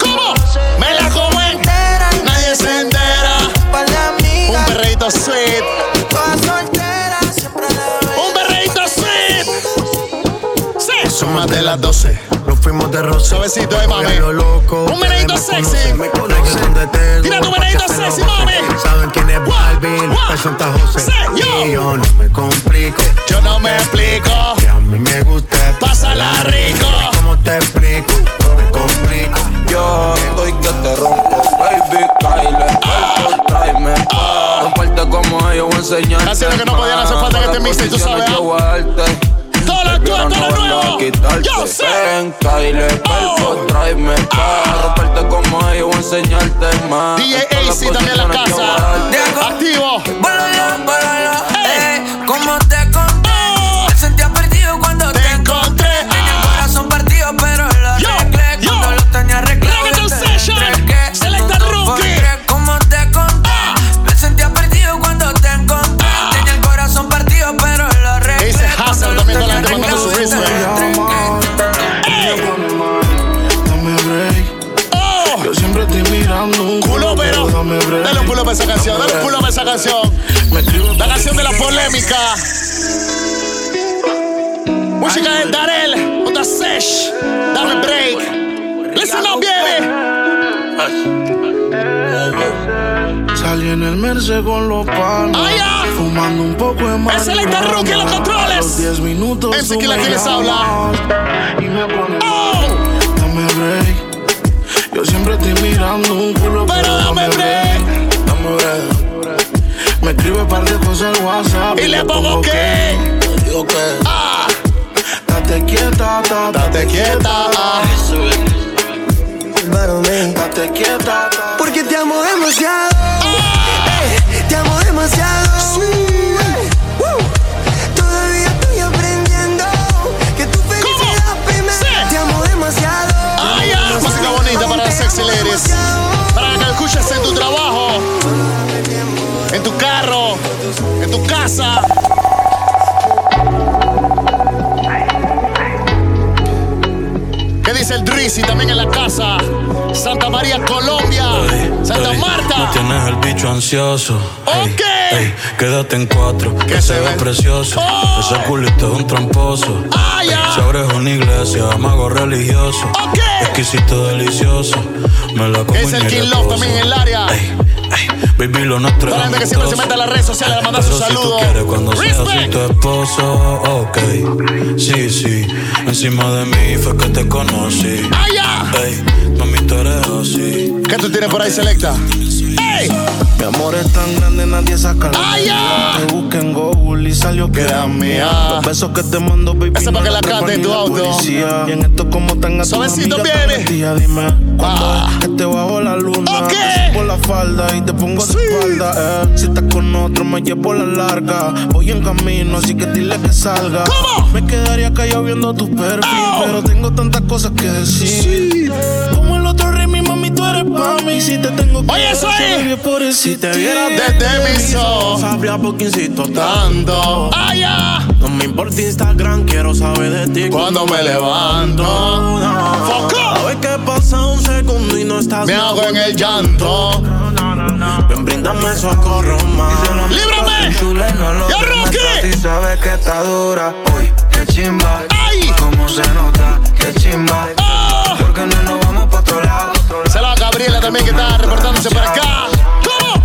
S1: ¿Cómo? Me la como entera.
S21: Entera,
S1: Nadie se entera.
S21: para la
S1: Un
S21: amiga,
S1: perrito sweet.
S21: toda soltera, siempre la veo.
S1: Un perrito sweet. Sí.
S10: Son más de las 12, nos fuimos de roce.
S1: Suavecito, eh, mami.
S10: Pa' lo loco.
S1: Un menedito
S10: ustedes me
S1: sexy.
S10: conocen, Me conocen de dedo.
S1: Tira tu
S10: pa' que
S1: menedito
S10: se lo
S1: sexy,
S10: gocen.
S1: mami.
S10: Saben quién es Balvin,
S1: guau,
S10: el Santa José.
S1: sí, yo.
S10: Y yo no me complico.
S1: Yo no me explico.
S10: Que a mí me gusta.
S1: Pásala rico.
S10: ¿Cómo te explico? No me complico.
S5: Yo estoy que te rompo, baby, caile, por tráeme. No importa como ellos voy a enseñarte.
S1: Haciendo que no podían hacer falta que te mixe, tú sabes, ¿ah?
S5: Yo voy a darte.
S1: Todo lo
S5: Te quiero,
S1: actual,
S5: no
S1: todo lo
S5: voy a
S1: nuevo.
S5: quitarte.
S1: Yo sé.
S5: Ven, caile,
S1: Oh.
S5: por tráeme. Pa' romperte como ellos voy a enseñarte más.
S1: DJ
S5: Todas las
S1: AC también en la
S5: posiciones yo voy a
S1: casa.
S5: darte.
S1: Activo.
S22: Bólalo, bólalo,
S1: Ey.
S22: eh. Como te conté,
S1: Oh.
S22: me sentía perdido cuando te,
S1: Te encontré.
S22: Tenía el corazón partido, pero lo
S1: Yo,
S22: arreglé.
S1: yo.
S22: Cuando lo tenía arreglado, yo
S1: Reggaeton
S22: te
S1: Session.
S22: entregué.
S1: Selecta
S22: No
S1: Rookie.
S22: podré, Como te conté,
S1: Ah.
S22: me sentía perdido cuando te encontré.
S1: Ah.
S22: Tenía el corazón partido, pero lo arreglé.
S1: Ese Hassel
S22: Cuando lo
S1: también
S22: tenía
S1: está mandando
S22: arreglado,
S1: su
S22: yo te
S1: ritmo.
S22: entregué.
S7: Dame break,
S1: Oh.
S7: yo siempre estoy mirando.
S1: Culo, pero.
S7: Dame break.
S1: Dale un pulo para esa canción. Dale un pulo para esa canción.
S7: Me escribo
S1: La canción de la polémica. Música de Darel, otra sesh. Dame break. Listen up, baby.
S7: Salí en el Merce con los panos.
S1: Ay, ah.
S7: Fumando un poco de marihuana.
S1: Es el Aitor Rookie en los controles.
S7: A los 10 minutos.
S1: MC
S7: tú
S1: Killa,
S7: me
S1: ¿quién les habla?
S7: llamas Y me pones,
S1: Oh,
S7: dame break. Yo siempre estoy mirando un culo.
S1: pero dame break.
S7: Dame break. Me escribe par de cosas al WhatsApp.
S1: Y le pongo que.
S7: que. Digo que.
S1: Ah,
S7: Date quieta, ta,
S1: date quieta.
S7: Date quieta, ta.
S21: Porque te amo demasiado. eh, te amo demasiado. eh, uh, todavía estoy aprendiendo que tu felicidad primero.
S1: Sí.
S21: Te amo demasiado.
S1: Ay, ah. Música bonita para las sexy ladies. Para que la escuches en tu trabajo, en tu carro, en tu casa. ¿Qué dice el Drizzy también en la casa? Santa María, Colombia.
S20: Ey,
S1: Santa
S20: ey, Me
S1: Marta.
S20: tienes el bicho ansioso. Ey,
S1: Ok.
S20: ey, quédate en cuatro, que, se ve precioso.
S1: Oh.
S20: Ese culito es un tramposo.
S1: Ay, ah.
S20: Se abre una iglesia, mago religioso.
S1: Ok.
S20: Exquisito, delicioso. Me la como
S1: Oh. ¿Qué dice
S20: y
S1: el
S20: me
S1: King
S20: reposo.
S1: Love también en el área?
S20: Ey, ey, baby, lo nuestro
S1: Toda la
S20: es
S1: gente que siempre se
S20: amistoso.
S1: mete en las redes sociales, le manda
S20: Pero
S1: su saludo.
S20: Si tú quieres cuando seas así
S1: Respect.
S20: tu esposo, ok. Sí, sí. Encima de mí fue que te conocí.
S1: Ay, ah.
S20: Ey, mami, tú eres así.
S1: ¿Qué tú tienes por ahí, Selecta? ¡Ey!
S7: Mi amor es tan grande, nadie saca la.
S1: Ay, ah.
S7: Te busqué en Google y salió que era mía. Los besos que te mando, baby.
S1: Esa
S7: no
S1: para que la
S7: los trepa
S1: cante en
S7: ni
S1: tu auto.
S7: policía. Y en esto, como tan a tu
S1: Suavecito,
S7: amiga
S1: baby.
S7: tan metida, dime, ¿cuándo
S1: Ah.
S7: es que te bajo la luna?
S1: Ok.
S7: Te subo la falda y te pongo de espalda, eh. Si estás con otro, me llevo la larga. Voy en camino, así que dile que salga.
S1: ¿Cómo?
S7: Me quedaría callado viendo tu perfil,
S1: Oh.
S7: pero tengo tantas cosas que decir. Como el otro rey, mi mami, tú eres pa' mí. Si te tengo que
S1: Oye, eso
S7: agradecer,
S1: es.
S7: baby, por eso. Si te viera
S1: Desde mis ojos.
S7: Sabría por qué insisto
S1: Tanto.
S7: tanto.
S1: ¡Ay, ah.
S7: No me importa Instagram, quiero saber de ti.
S1: Cuando me levanto,
S7: A
S1: foco,
S7: ver qué pasa un segundo y no estás.
S1: me hago en el llanto.
S7: Ven, bríndame
S23: de socorro más.
S1: ¡Líbrame!
S23: Chule, no lo
S1: ¡Ya,
S23: demuestra,
S1: Rocky!
S23: Si sabes que está dura, uy, qué chimba.
S1: Ah.
S23: ¡Ay! ¿Cómo se nota? ¡Qué chimba! Porque no nos vamos pa' otro lado.
S1: Se la Gabriela también que está reportándose por acá. ¿Cómo?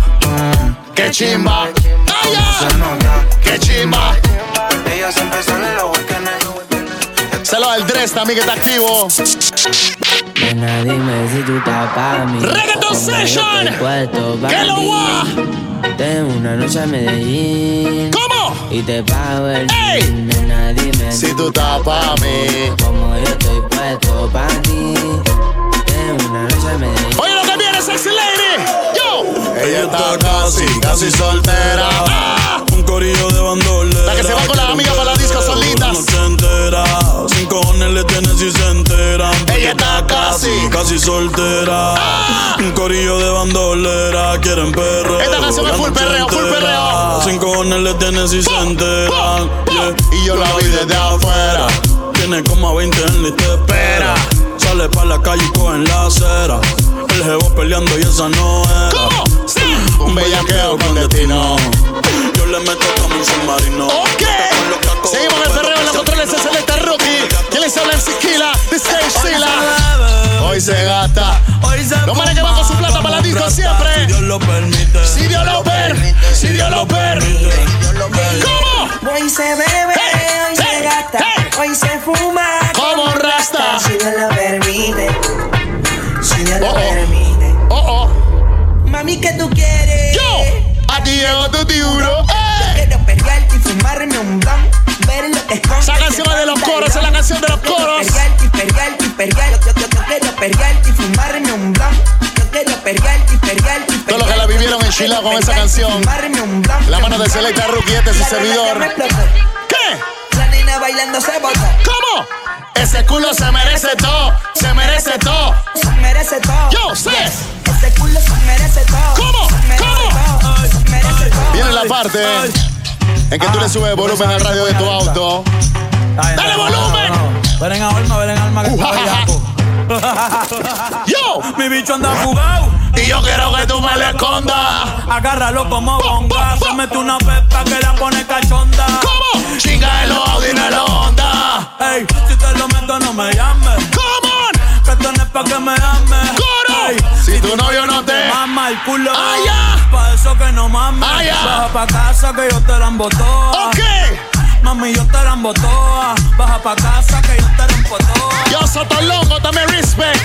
S1: ¡Qué chimba! ¡Ay, ya! ¡Qué chimba!
S23: Ella siempre sale en los weekendes.
S1: Saludos al Dres también que está activo.
S24: Nena, dime si tú estás pa' mí.
S1: Reggaeton Session.
S24: ¡Que
S1: ¡Que lo guá!
S24: Tengo una noche a Medellín.
S1: ¿Cómo?
S24: Y te pago el.
S1: ¡Ey!
S24: fin. Nena, dime
S1: Si tú estás pa' mí.
S24: Como yo estoy puesto pa' ti. Tengo una noche a Medellín.
S1: Oye lo que viene, sexy lady. Yo.
S23: Ella está casi, casi soltera.
S1: Ah,
S6: Un corillo de bandolera.
S1: La que se va con las amigas para la disco solitas.
S6: No se entera. Sin cojones le tienen si se enteran.
S1: Ella está casi. Ah.
S6: Casi soltera. Un corillo de bandolera. Quieren perreo.
S1: Esta canción es
S6: la
S1: full
S6: noche
S1: perreo, full
S6: entera.
S1: perreo.
S6: Sin cojones le tienen si se enteran. Yeah.
S1: oh, Y yo la vi desde afuera.
S6: Tiene como a 20 en la y te espera. Sale pa' la calle y coge en la acera. El jevo peleando y esa no era.
S1: ¿Cómo? Sí. Un bellaqueo con destino.
S6: Yo le meto como un submarino.
S1: Ok. Seguimos en el perreo en los controles. Es el Celeste Rookie. ¿Quién les habla? El Siquila. The Stage Sila. Hoy se gasta.
S23: Hoy se
S1: Los manes que van con su plata para la disco siempre.
S6: Dios lo permite.
S1: Si Dios lo permite. Si Dios lo permite. ¿Cómo?
S12: Hoy se bebe, hoy se gasta, hoy se fuma.
S1: Como Rasta.
S12: Si Dios lo permite, si Dios lo
S1: Oh, oh.
S12: permite.
S1: Oh, oh.
S12: Mami, ¿qué tú quieres?
S1: Yo. A ti llegó tu tiburón.
S12: Yo
S1: ¡Ey!
S12: Quiero pelearte y fumarme un blunt. Ver lo que esconde
S1: Esa
S12: ese
S1: canción es de los
S12: pantalón.
S1: coros, es la canción de los
S12: Quiero
S1: coros.
S12: Pelearte y pelearte y pelearte. Yo, yo, yo quiero pelearte y fumarme un blunt. Yo quiero pelearte y pelearte y
S1: Todo lo que la
S12: pelearte.
S1: vivieron en Chile con esa
S12: Pelearte y
S1: canción.
S12: fumarme un blunt.
S1: La mano de Selecta Rookie, este es su
S12: La nena que me
S1: servidor.
S12: explotó.
S1: ¿Qué?
S12: La nena bailando se botó.
S1: ¿Cómo? Ese culo se merece todo, se merece todo.
S12: Se merece todo.
S1: Yo sé.
S12: Este culo se merece todo.
S1: ¿Cómo?
S12: Se merece
S1: ¿Cómo?
S12: todo. Se merece todo.
S1: Viene la parte en que tú le subes volumen al radio de tu auto. ¡Dale volumen!
S3: Ven en alma, ven en alma que
S1: Uh,
S3: estoy
S1: ja, ja, ja.
S3: bellaco.
S1: ¡Yo!
S3: Mi bicho anda jugado.
S1: Y yo quiero que tú me lo escondas.
S3: Agárralo como bonga. Se mete una pepa que la pone cachonda.
S1: ¿Cómo? Chinga el odio y no el onda.
S3: Ey, si te lo meto no me llames.
S1: ¡Come on!
S3: Que esto no es pa' que me ames.
S1: ¡Coro!
S3: Ey,
S1: Si tu novio no te.
S3: Mama el culo.
S1: Ay, ya.
S3: Pa' eso que no mames.
S1: Ay, ya.
S3: Baja pa' casa que yo te la embotó.
S1: ¡Ok!
S3: Mami, yo te la embotoa. Baja pa' casa que yo te la embotoa.
S1: Yo Sotolongo también respect.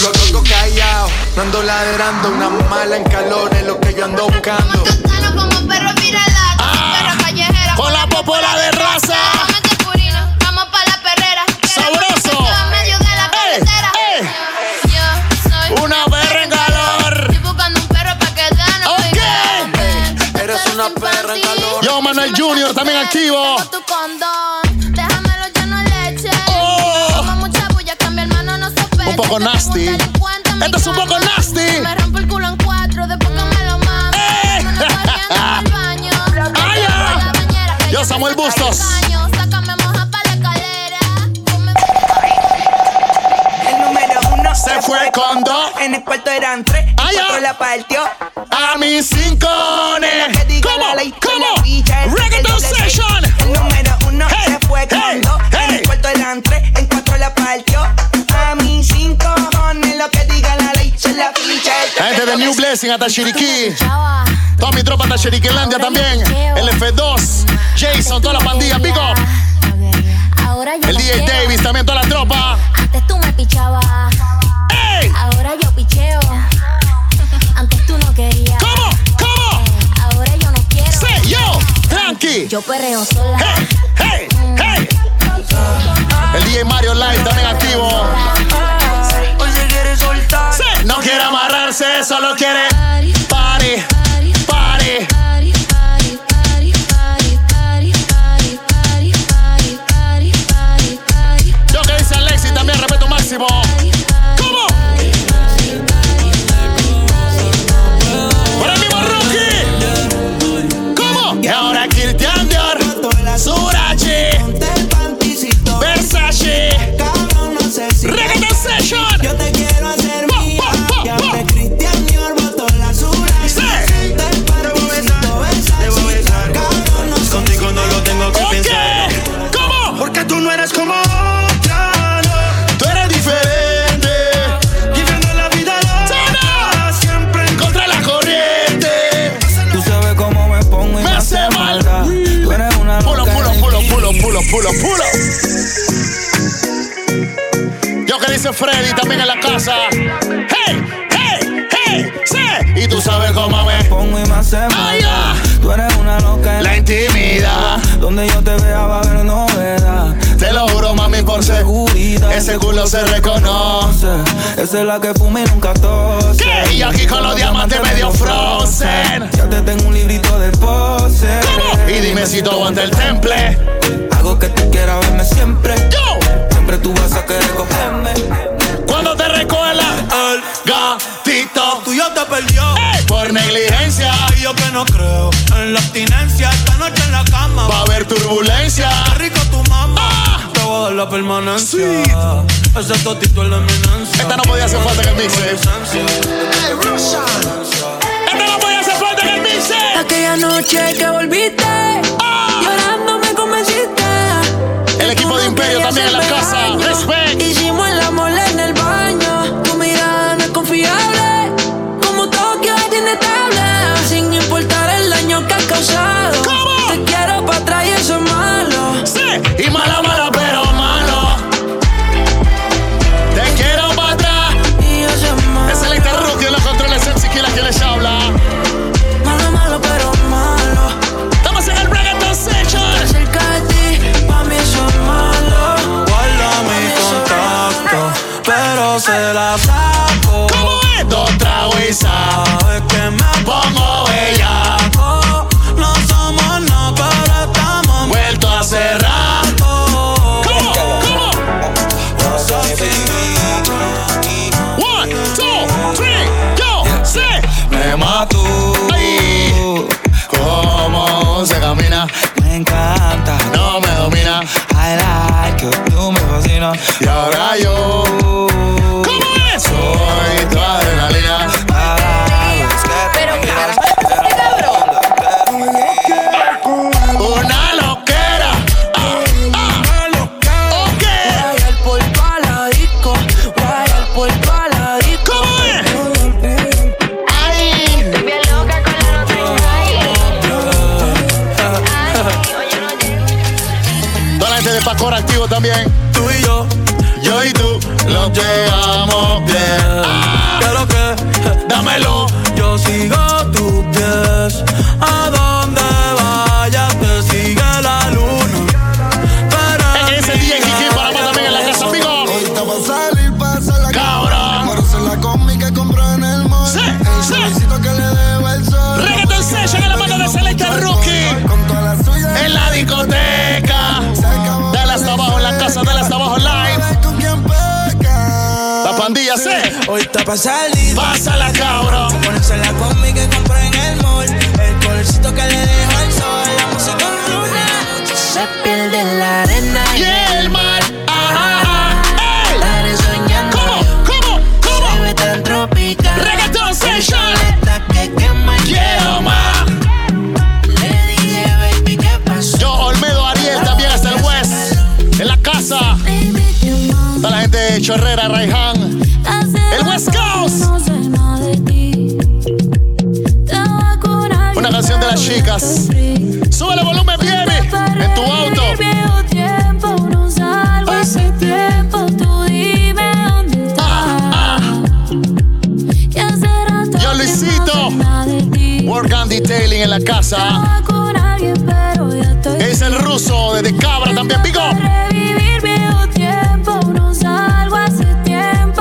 S10: Yo lo tengo callado, no ando ladrando, una mala en calor es lo que yo ando buscando.
S8: Cantando como perro viralado, perro callejera.
S1: Con la popola de raza.
S8: Vamos de purina, vamos pa' la perrera.
S1: Sabroso.
S8: En medio de la
S1: Ey,
S8: carretera.
S1: ey.
S8: Yo soy
S1: Una perra en calor.
S8: Estoy buscando un perro pa' que gane.
S1: Ok.
S10: Eres una perra en calor.
S1: Yo, Manuel Junior, también activo.
S8: Tu condón, déjamelo ya no le eches.
S1: Oh.
S8: Como mucha bulla que mi hermano no sospecha.
S1: Un poco
S8: Yo tengo
S1: nasty.
S8: delincuente en mi
S1: Esto es un
S8: cama.
S1: poco nasty.
S8: Me rompo el culo en cuatro, después que me lo mamo.
S1: Eh.
S8: No nos corriendo
S1: [laughs]
S8: el baño.
S1: Ay, ya.
S8: La bañera que
S1: Yo,
S8: me
S1: Samuel
S8: saca del
S1: Bustos.
S8: baño. Sácame moja pa' la escalera. Tú me-
S12: El número uno
S1: Se fue con dos.
S12: En el cuarto eran tres. el
S1: Ay, ya.
S12: cuatro la partió.
S1: A mis cincones.
S12: Que diga
S1: ¿Cómo?
S12: la ley, que la villa
S1: ¿Cómo?
S12: es
S1: Reggaeton
S12: el doble seis.
S1: Session.
S12: El número uno
S1: Hey,
S12: se fue con
S1: hey,
S12: dos. En
S1: hey.
S12: el cuarto eran tres. En cuatro la partió. A mis cinco cojones lo que diga la ley. Se la ficha.
S1: La gente de New Blessing hasta Chiriquí.
S8: Chava,
S1: Toda mi tropa hasta Chiriquilandia también. LF2, Jason, toda la pandilla, pico.
S8: Ahora yo
S1: El
S8: no
S1: DJ
S8: quiero.
S1: Davis también, toda la tropa.
S8: Antes tú me pichabas.
S1: ¡Ey!
S8: Ahora yo picheo. Antes tú no querías. Eh,
S1: ¿Cómo? ¿Cómo?
S8: Ahora yo no quiero.
S1: Sí, yo, tranqui.
S8: Yo perreo sola.
S1: ¡Hey! ¡Hey! ¡Hey! El DJ Mario Live también activo. Eh.
S25: Hoy se quiere soltar.
S1: Sí. No quiere amarrarse, solo quiere party, party. Yo que dice Alexis también, respeto máximo. ¿Cómo? Por el mismo Rocky. ¿Cómo? Y ahora Christian Dior, Surachi,
S7: Del panticito,
S1: Versace,
S7: cabrón, no sé si
S1: Reggaeton Session.
S7: yo te quiero hacer
S1: Pa,
S7: mía.
S1: pa, pa,
S7: Ya
S1: pa.
S7: fue Cristian Dior, botó la suya.
S1: dice Freddy también en la casa. ¡Hey! ¡Hey! ¡Hey! ¡Sí! Y tú sabes cómo me
S7: pongo y más se
S1: Ah.
S7: mueva. Tú eres una loca en
S1: la intimidad.
S7: Donde yo te vea va a haber novedad.
S1: Te lo juro, mami, por seguridad. Ese culo se reconoce.
S7: Esa es la que fuma y nunca tose.
S1: ¿Qué? Y aquí con los diamantes medio frozen.
S7: Ya te tengo un librito de pose.
S1: ¿Cómo? Y dime si tú aguantas el temple.
S7: Hago que tú quieras verme siempre. Yo. Siempre tú vas a querer cogerme.
S1: Cuando te recuela el gatito.
S26: Tú y yo te perdió.
S1: Ey, por negligencia.
S26: Y yo que no creo en la abstinencia. Esta noche en la cama.
S1: Va a haber turbulencia.
S26: Qué rico tu mamá. Ah. Te voy a dar la permanencia. Sweet. Ese totito es la eminencia.
S1: Esta no podía hacer falta en el mix. Hey, Esta no podía hacer falta en el mix.
S8: Aquella noche que volviste. Ah. Llorando me convenciste.
S1: El equipo de Imperio también en la casa. Respect.
S8: Hicimos el amor en el baño. Tu mirada no es confiable. Como Tokio es inestable. Sin importar el daño que has causado.
S1: ¿Cómo?
S8: Te quiero para atrás y eso es malo.
S1: Sí, y mala, mala, pero malo. Te quiero para atrás.
S8: Y eso es malo.
S1: Es el interrupto en los controles sexy que la que les habla.
S8: Malo, malo, pero malo.
S1: Estamos en el Reggaeton Session.
S8: Cerca de ti, pa' mí eso es malo.
S7: Guarda mi contacto, pero se la saco.
S1: ¿Cómo es? Dos tragos y saco.
S7: Sabes que me
S1: Pongo ella.
S7: pongo, no somos nada, pero estamos
S1: Vuelto a cerrar.
S7: muertos.
S1: ¿Cómo? ¿Cómo?
S7: Eso sí,
S1: One, two, three, yo. Sí.
S7: me mato.
S1: Ay. ¿Cómo se camina?
S7: Me encanta,
S1: No me domina.
S7: I like you, tú me fascinas.
S1: Y ahora yo. ¿Cómo es? Soy tu adrenalina.
S8: Pero cara, este cabrón.
S1: Una loquera. Ah, ah. ¿O qué?
S8: Guayar por paladico, guayar por paladico.
S1: ¿Cómo es? Ay.
S27: Bien loca con la nota en Ay, oye, no
S1: Toda la gente de Facor activo también.
S26: Tú y yo.
S1: Yo y tú nos llevamos bien. Ah,
S26: Quiero que [laughs]
S1: dámelo.
S26: yo sigo tus pies. A donde vayas te sigue la luna. Para
S8: [laughs]
S1: E- Ese
S26: mí
S1: día en Kiki para
S26: nadie
S1: también en la casa, amigo.
S28: Ahorita va a salir, pasa la
S1: Cabrón.
S28: Por eso la combi que compró en el mall.
S1: Sí,
S28: el
S1: sí.
S28: solicito que le deba el sol.
S1: Reggaeton Session en la mano de Celeste Rookie.
S28: Con toda la suya.
S1: En la discoteca. Dale hasta abajo en la casa, dale hasta abajo online.
S28: Con quien peca.
S1: La pandilla se
S7: Hoy está pa' salir.
S1: pásala, cabrón.
S7: Ponerse la combi que compré en el mall. El colorcito que le dejo al sol. La música en luna.
S8: Se pierde en la arena
S1: Y
S8: y
S1: el mar. Ajá, ajá. ¡Ey!
S8: estaré soñando.
S1: ¿Cómo? ¿Cómo?
S8: Se
S1: ¿Cómo?
S8: ve tan tropical.
S1: Reggaeton Session.
S8: Caleta que quema.
S1: Quiero más.
S8: Le dije, baby, ¿qué pasó?
S1: Yo, Olmedo Ariel, también hasta el West. En la casa. Está la gente de Chorrera, Raihan. El West Coast. Una canción de las chicas. Sube el volumen, viene. En tu auto. Ah, Yo, Luisito. Work and Detailing en la casa. Es el ruso desde Cabra también, pico.
S8: Revivir viejo tiempo, no salgo hace tiempo.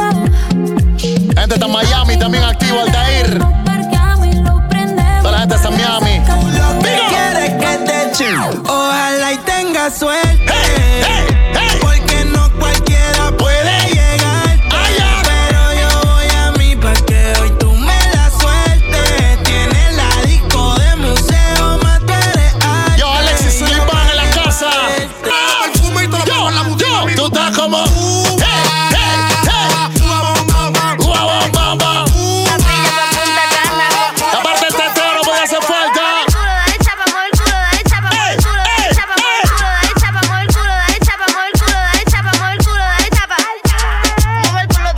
S1: La gente está en Miami también activo, Altair.
S8: Lo parqueamos y lo prendemos.
S1: Toda la gente está en Miami.
S7: Lo que
S1: Digo.
S7: quieres que te eche. Ojalá y tenga suerte.
S1: Hey, hey, hey.
S7: Porque no cualquiera puede llegar.
S1: Ay, ay.
S7: Pero yo voy a mi parque. Hoy tú me la suerte. Tienes la disco de museo. Más tú eres arte.
S1: Yo, Alexis Sullivan en la casa. Ah, Yo, yo, tú estás como. Hey, hey, hey. Guau, guau, guau, guau. La parte del tetero no puede hacer falta.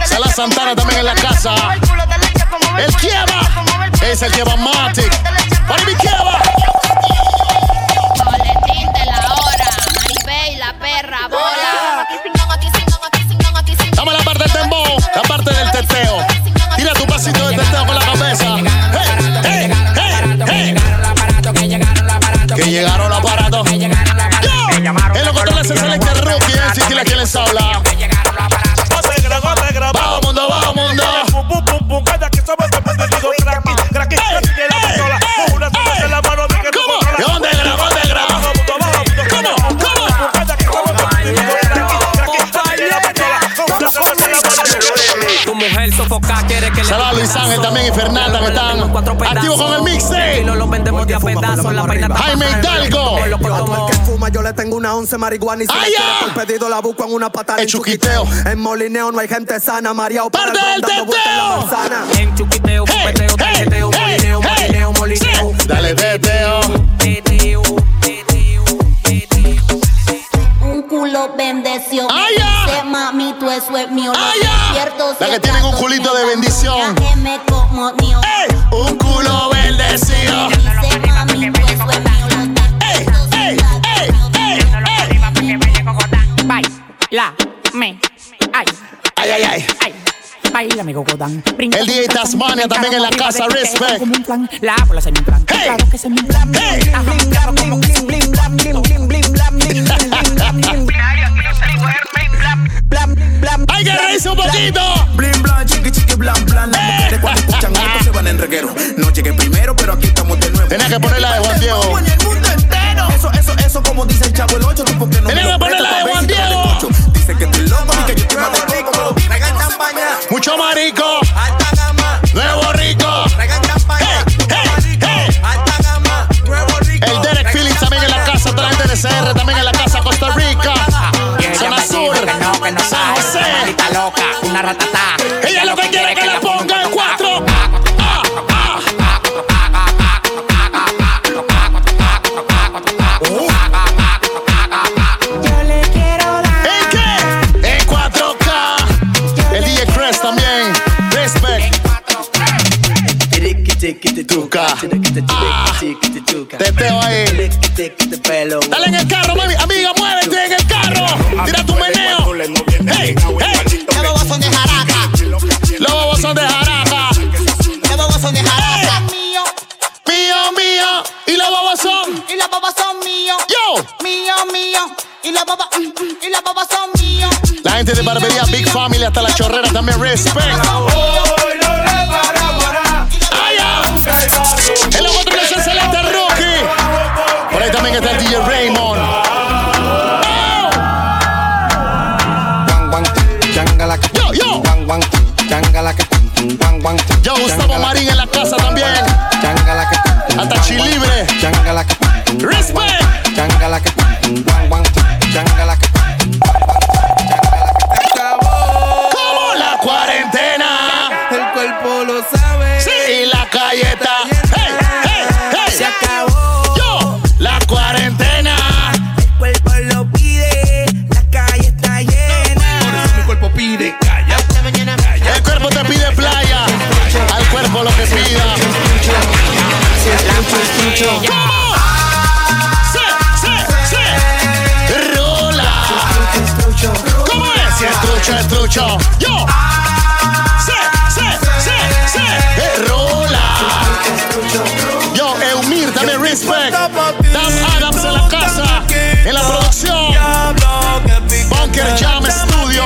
S1: Sala Santana también en la casa. El Kieva es el Kieva Matic. Para mi Kieva.
S29: Boletín de la hora, Maribel, la perra, bola.
S1: Dame la parte del esa ola. Bajo mundo, bajo mundo. ¿De dónde graba? ¿Dónde graba? ¿Cómo?
S4: Tu mujer sofoca quiere que le
S1: Saludos a Luis Ángel también y Fernanda que están activos con el mixtape.
S4: No lo vendemos de a pedazos, la vaina está
S1: Jaime Hidalgo.
S4: pasando. Yo lo
S7: A todo el que fuma yo le tengo una once marihuana y si
S1: ¡Ay,
S7: le
S1: ya!
S7: quiere por pedido la busco en una patada
S1: El chuquiteo.
S7: En molineo no hay gente sana, mareado para el
S1: ¡Parte del
S7: ron dando vueltas en la
S1: teteo!
S7: manzana.
S4: En chuquiteo, pupeteo, teteo, molineo, molineo, molineo.
S1: Dale teteo.
S4: Teteo, teteo, teteo.
S30: Un culo bendeció.
S1: ¡Ay,
S30: Me
S1: ya!
S30: dice, mami, tú eso es mío. Lo
S1: ¡Ay, ya!
S30: despierto
S1: La
S30: si
S1: que tienen un
S30: acaso
S1: culito
S30: me
S1: de bendición.
S30: abandona, que me como mío.
S1: Un culo bendecido.
S30: Dice, mami, tú eso es mío. Lo despierto si acaso me
S31: La, me, ay,
S1: Ay, ay, ay.
S31: ay. Bailame, Gogodán. Brinca,
S1: El DJ
S31: brinca,
S1: Tasmania
S31: brinca,
S1: también en la
S31: brinca,
S1: casa,
S31: brinca,
S1: respect.
S31: brinca, este como un plan. La bola se me plan. Claro que se me plan. Ajá, claro, como que se me plan.
S1: Hay que reírse un poquito.
S5: Blin blan, chiqui chiqui blan blan. Las
S7: Eh.
S5: mujeres cuando escuchan esto se van en reguero. No llegué primero, pero aquí estamos de nuevo.
S1: Tenés que poner la de Juan Diego.
S5: En el mundo entero. Eso, eso, eso, como dice el chavo el 8, no porque no.
S1: Tenés
S5: me lo
S1: que poner
S5: presta,
S1: la de
S5: ven
S1: Juan
S5: y dale
S1: Diego.
S5: cocho. Dice que estoy loco
S7: Ah.
S5: y que yo estoy más rico. Pero traigan champaña,
S1: Mucho marico.
S5: alta gama.
S1: Nuevo rico.
S5: Traigan champaña, alta gama. Nuevo rico.
S1: El Derek Phillips también en la casa. Otra gente de CR también en la casa. Costa Rica. Zona Sur. San José.
S4: loca, una ratata.
S1: Ella lo que quiere es que la ponga en cuatro.
S32: Yo le quiero dar.
S1: ¿En qué? En 4K. El DJ Crest también. Respect. Tuca. Ah, teteo ahí. Dale en el carro, mami. Amiga, muévete en el carro. Tira tu meneo. Hey, hey.
S30: Los bobos son de jaraca.
S1: Los bobos son de jaraja.
S30: Los bobos son de jaraca. Mío,
S1: Mío, mío. Y los bobos son.
S30: y los bobos son míos.
S1: Yo.
S30: Mío, mío. Y los bobos, mm, mm, y los bobos son míos.
S1: La gente de barbería Big Family hasta la chorrera también. Respect. Ay, ah. El otro que es excelente, Rookie. Por ahí también está el DJ Raymond.
S5: Guan, guan, tin, changa la que-
S1: Yo, yo.
S5: Guan, guan, tin, changa la que- Guan, guan, tin,
S1: Yo, Gustavo
S5: changa la-
S1: Marín en la casa también.
S5: Changa la que-
S1: Hasta Chilibre.
S5: Changa la que-
S1: Respect.
S5: Changa la que- Guan, guan, tin, changa la que-
S1: Como la cuarentena.
S7: El cuerpo lo sabe.
S1: Sí, la calleta. Hey, hey, hey.
S30: Se acabó.
S1: Yo, la cuarentena.
S30: El cuerpo lo pide. La calle está llena.
S5: Mi cuerpo pide
S30: Hasta mañana.
S1: El cuerpo te pide playa. Al cuerpo lo que pida. ¿Cómo? Sí, sí, sí. Rola. ¿Cómo es? Si es trucho, es trucho. Yo. Sí, sí, sí, sí. Eh, Rola. Yo, Eumir, también respect. Dan Adams en la casa. En la producción. Bunker Jam Studio.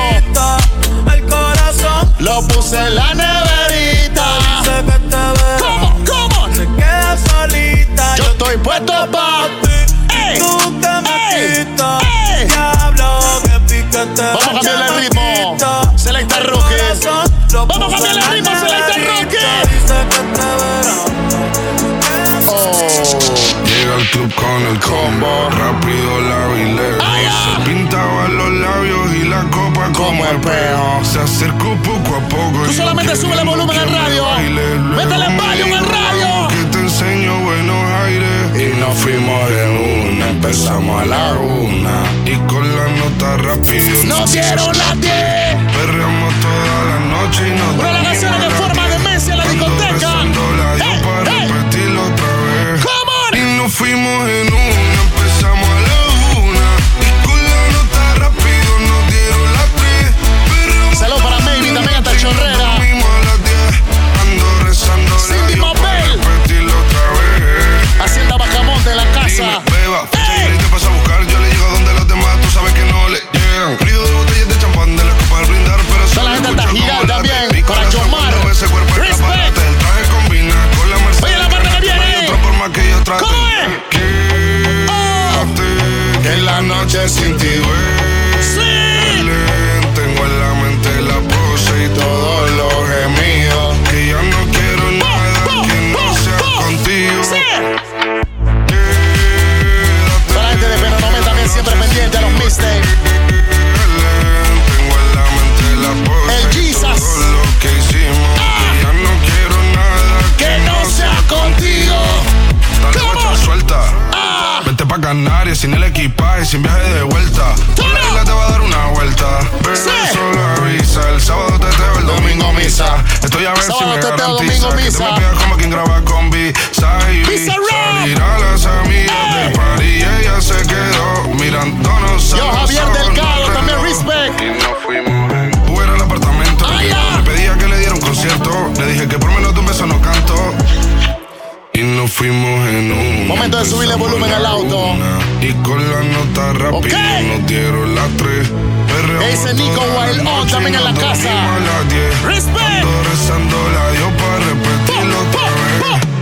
S7: El corazón
S1: Lo puse en la neverita.
S7: se ve, te ve.
S1: ¿Cómo? ¿Cómo?
S7: Se queda solita.
S1: Yo estoy puesto pa' ti. Ey,
S7: Tú te
S1: ey,
S7: metitas.
S1: ey.
S7: Diablo, que pica te
S1: Vamos a
S7: va
S1: cambiarle el ritmo.
S7: chamaquita.
S1: Selecta
S7: El
S1: Roque.
S7: corazón lo
S1: Vamos a
S7: puso
S1: cambiarle el
S7: en
S1: ritmo,
S7: la
S1: selecta Roque.
S7: neverita. Dice que te verá.
S1: Oh.
S12: Llega al club con el combo, rápido la vilero.
S1: Ay, ah.
S12: Se pintaban los labios y la copa como espejo. Se acercó poco a poco.
S1: Tú
S12: y yo
S1: solamente
S12: que
S1: súbele
S12: no,
S1: volumen
S12: que
S1: al
S12: me
S1: radio.
S12: baile. Luego
S1: Métele
S12: me
S1: volumen
S12: dijo,
S1: al radio.
S12: Que te enseño buenos aires. Y nos fuimos de una, empezamos a la una. Y con la nota rápido.
S1: No quiero nadie.
S12: Perreamos toda la noche y nos
S1: Una de las canciones que forma demencia en la discoteca. Ey, ey.
S12: y
S1: ¡Come on!
S12: nos fuimos en una, empezamos a la una. Y con la nota rápido nos dieron las tres. Pero
S1: Salud para Maybe, también hasta Chorrera.
S12: a las diez. Ando rezando.
S1: Cindy Mabel.
S12: Repetirlo otra vez.
S1: Hacienda Bacamonte en la
S12: Dime,
S1: casa.
S12: beba,
S1: Ey.
S12: te pasa a buscar. Yo le llego donde los demás, tú sabes que no le llegan. Río de botella
S1: uh, Ah,
S12: equipaje, sin viaje de vuelta. Por la isla te va a dar una vuelta. Bebé, solo avisa. El sábado te teo, el domingo misa. Estoy a ver si
S1: Sábado
S12: me
S1: te teo,
S12: garantiza
S1: domingo
S12: que tú
S1: misa.
S12: me pegas como quien graba con B. Sahibi. Salir a las amigas del party y ella se quedó mirándonos. a
S1: Yo,
S12: los
S1: Javier
S12: ojos
S1: Delgado,
S12: en el
S1: también
S12: reloj.
S1: respect. Ah,
S12: Y nos fuimos en Uber al apartamento. Le pedía que le diera un concierto. Le dije que por menos de un beso no canto. Y nos fuimos en un.
S1: Momento de subirle volumen al auto.
S12: Y con la nota rápida nos dieron las tres. Perreamos
S1: Ese Nico
S12: toda
S1: Wild On
S12: noche
S1: también
S12: y
S1: en la
S12: nos
S1: casa.
S12: dormimos a las diez.
S1: Respect.
S12: Ando rezando la Dios para repetirlo otra vez. eh,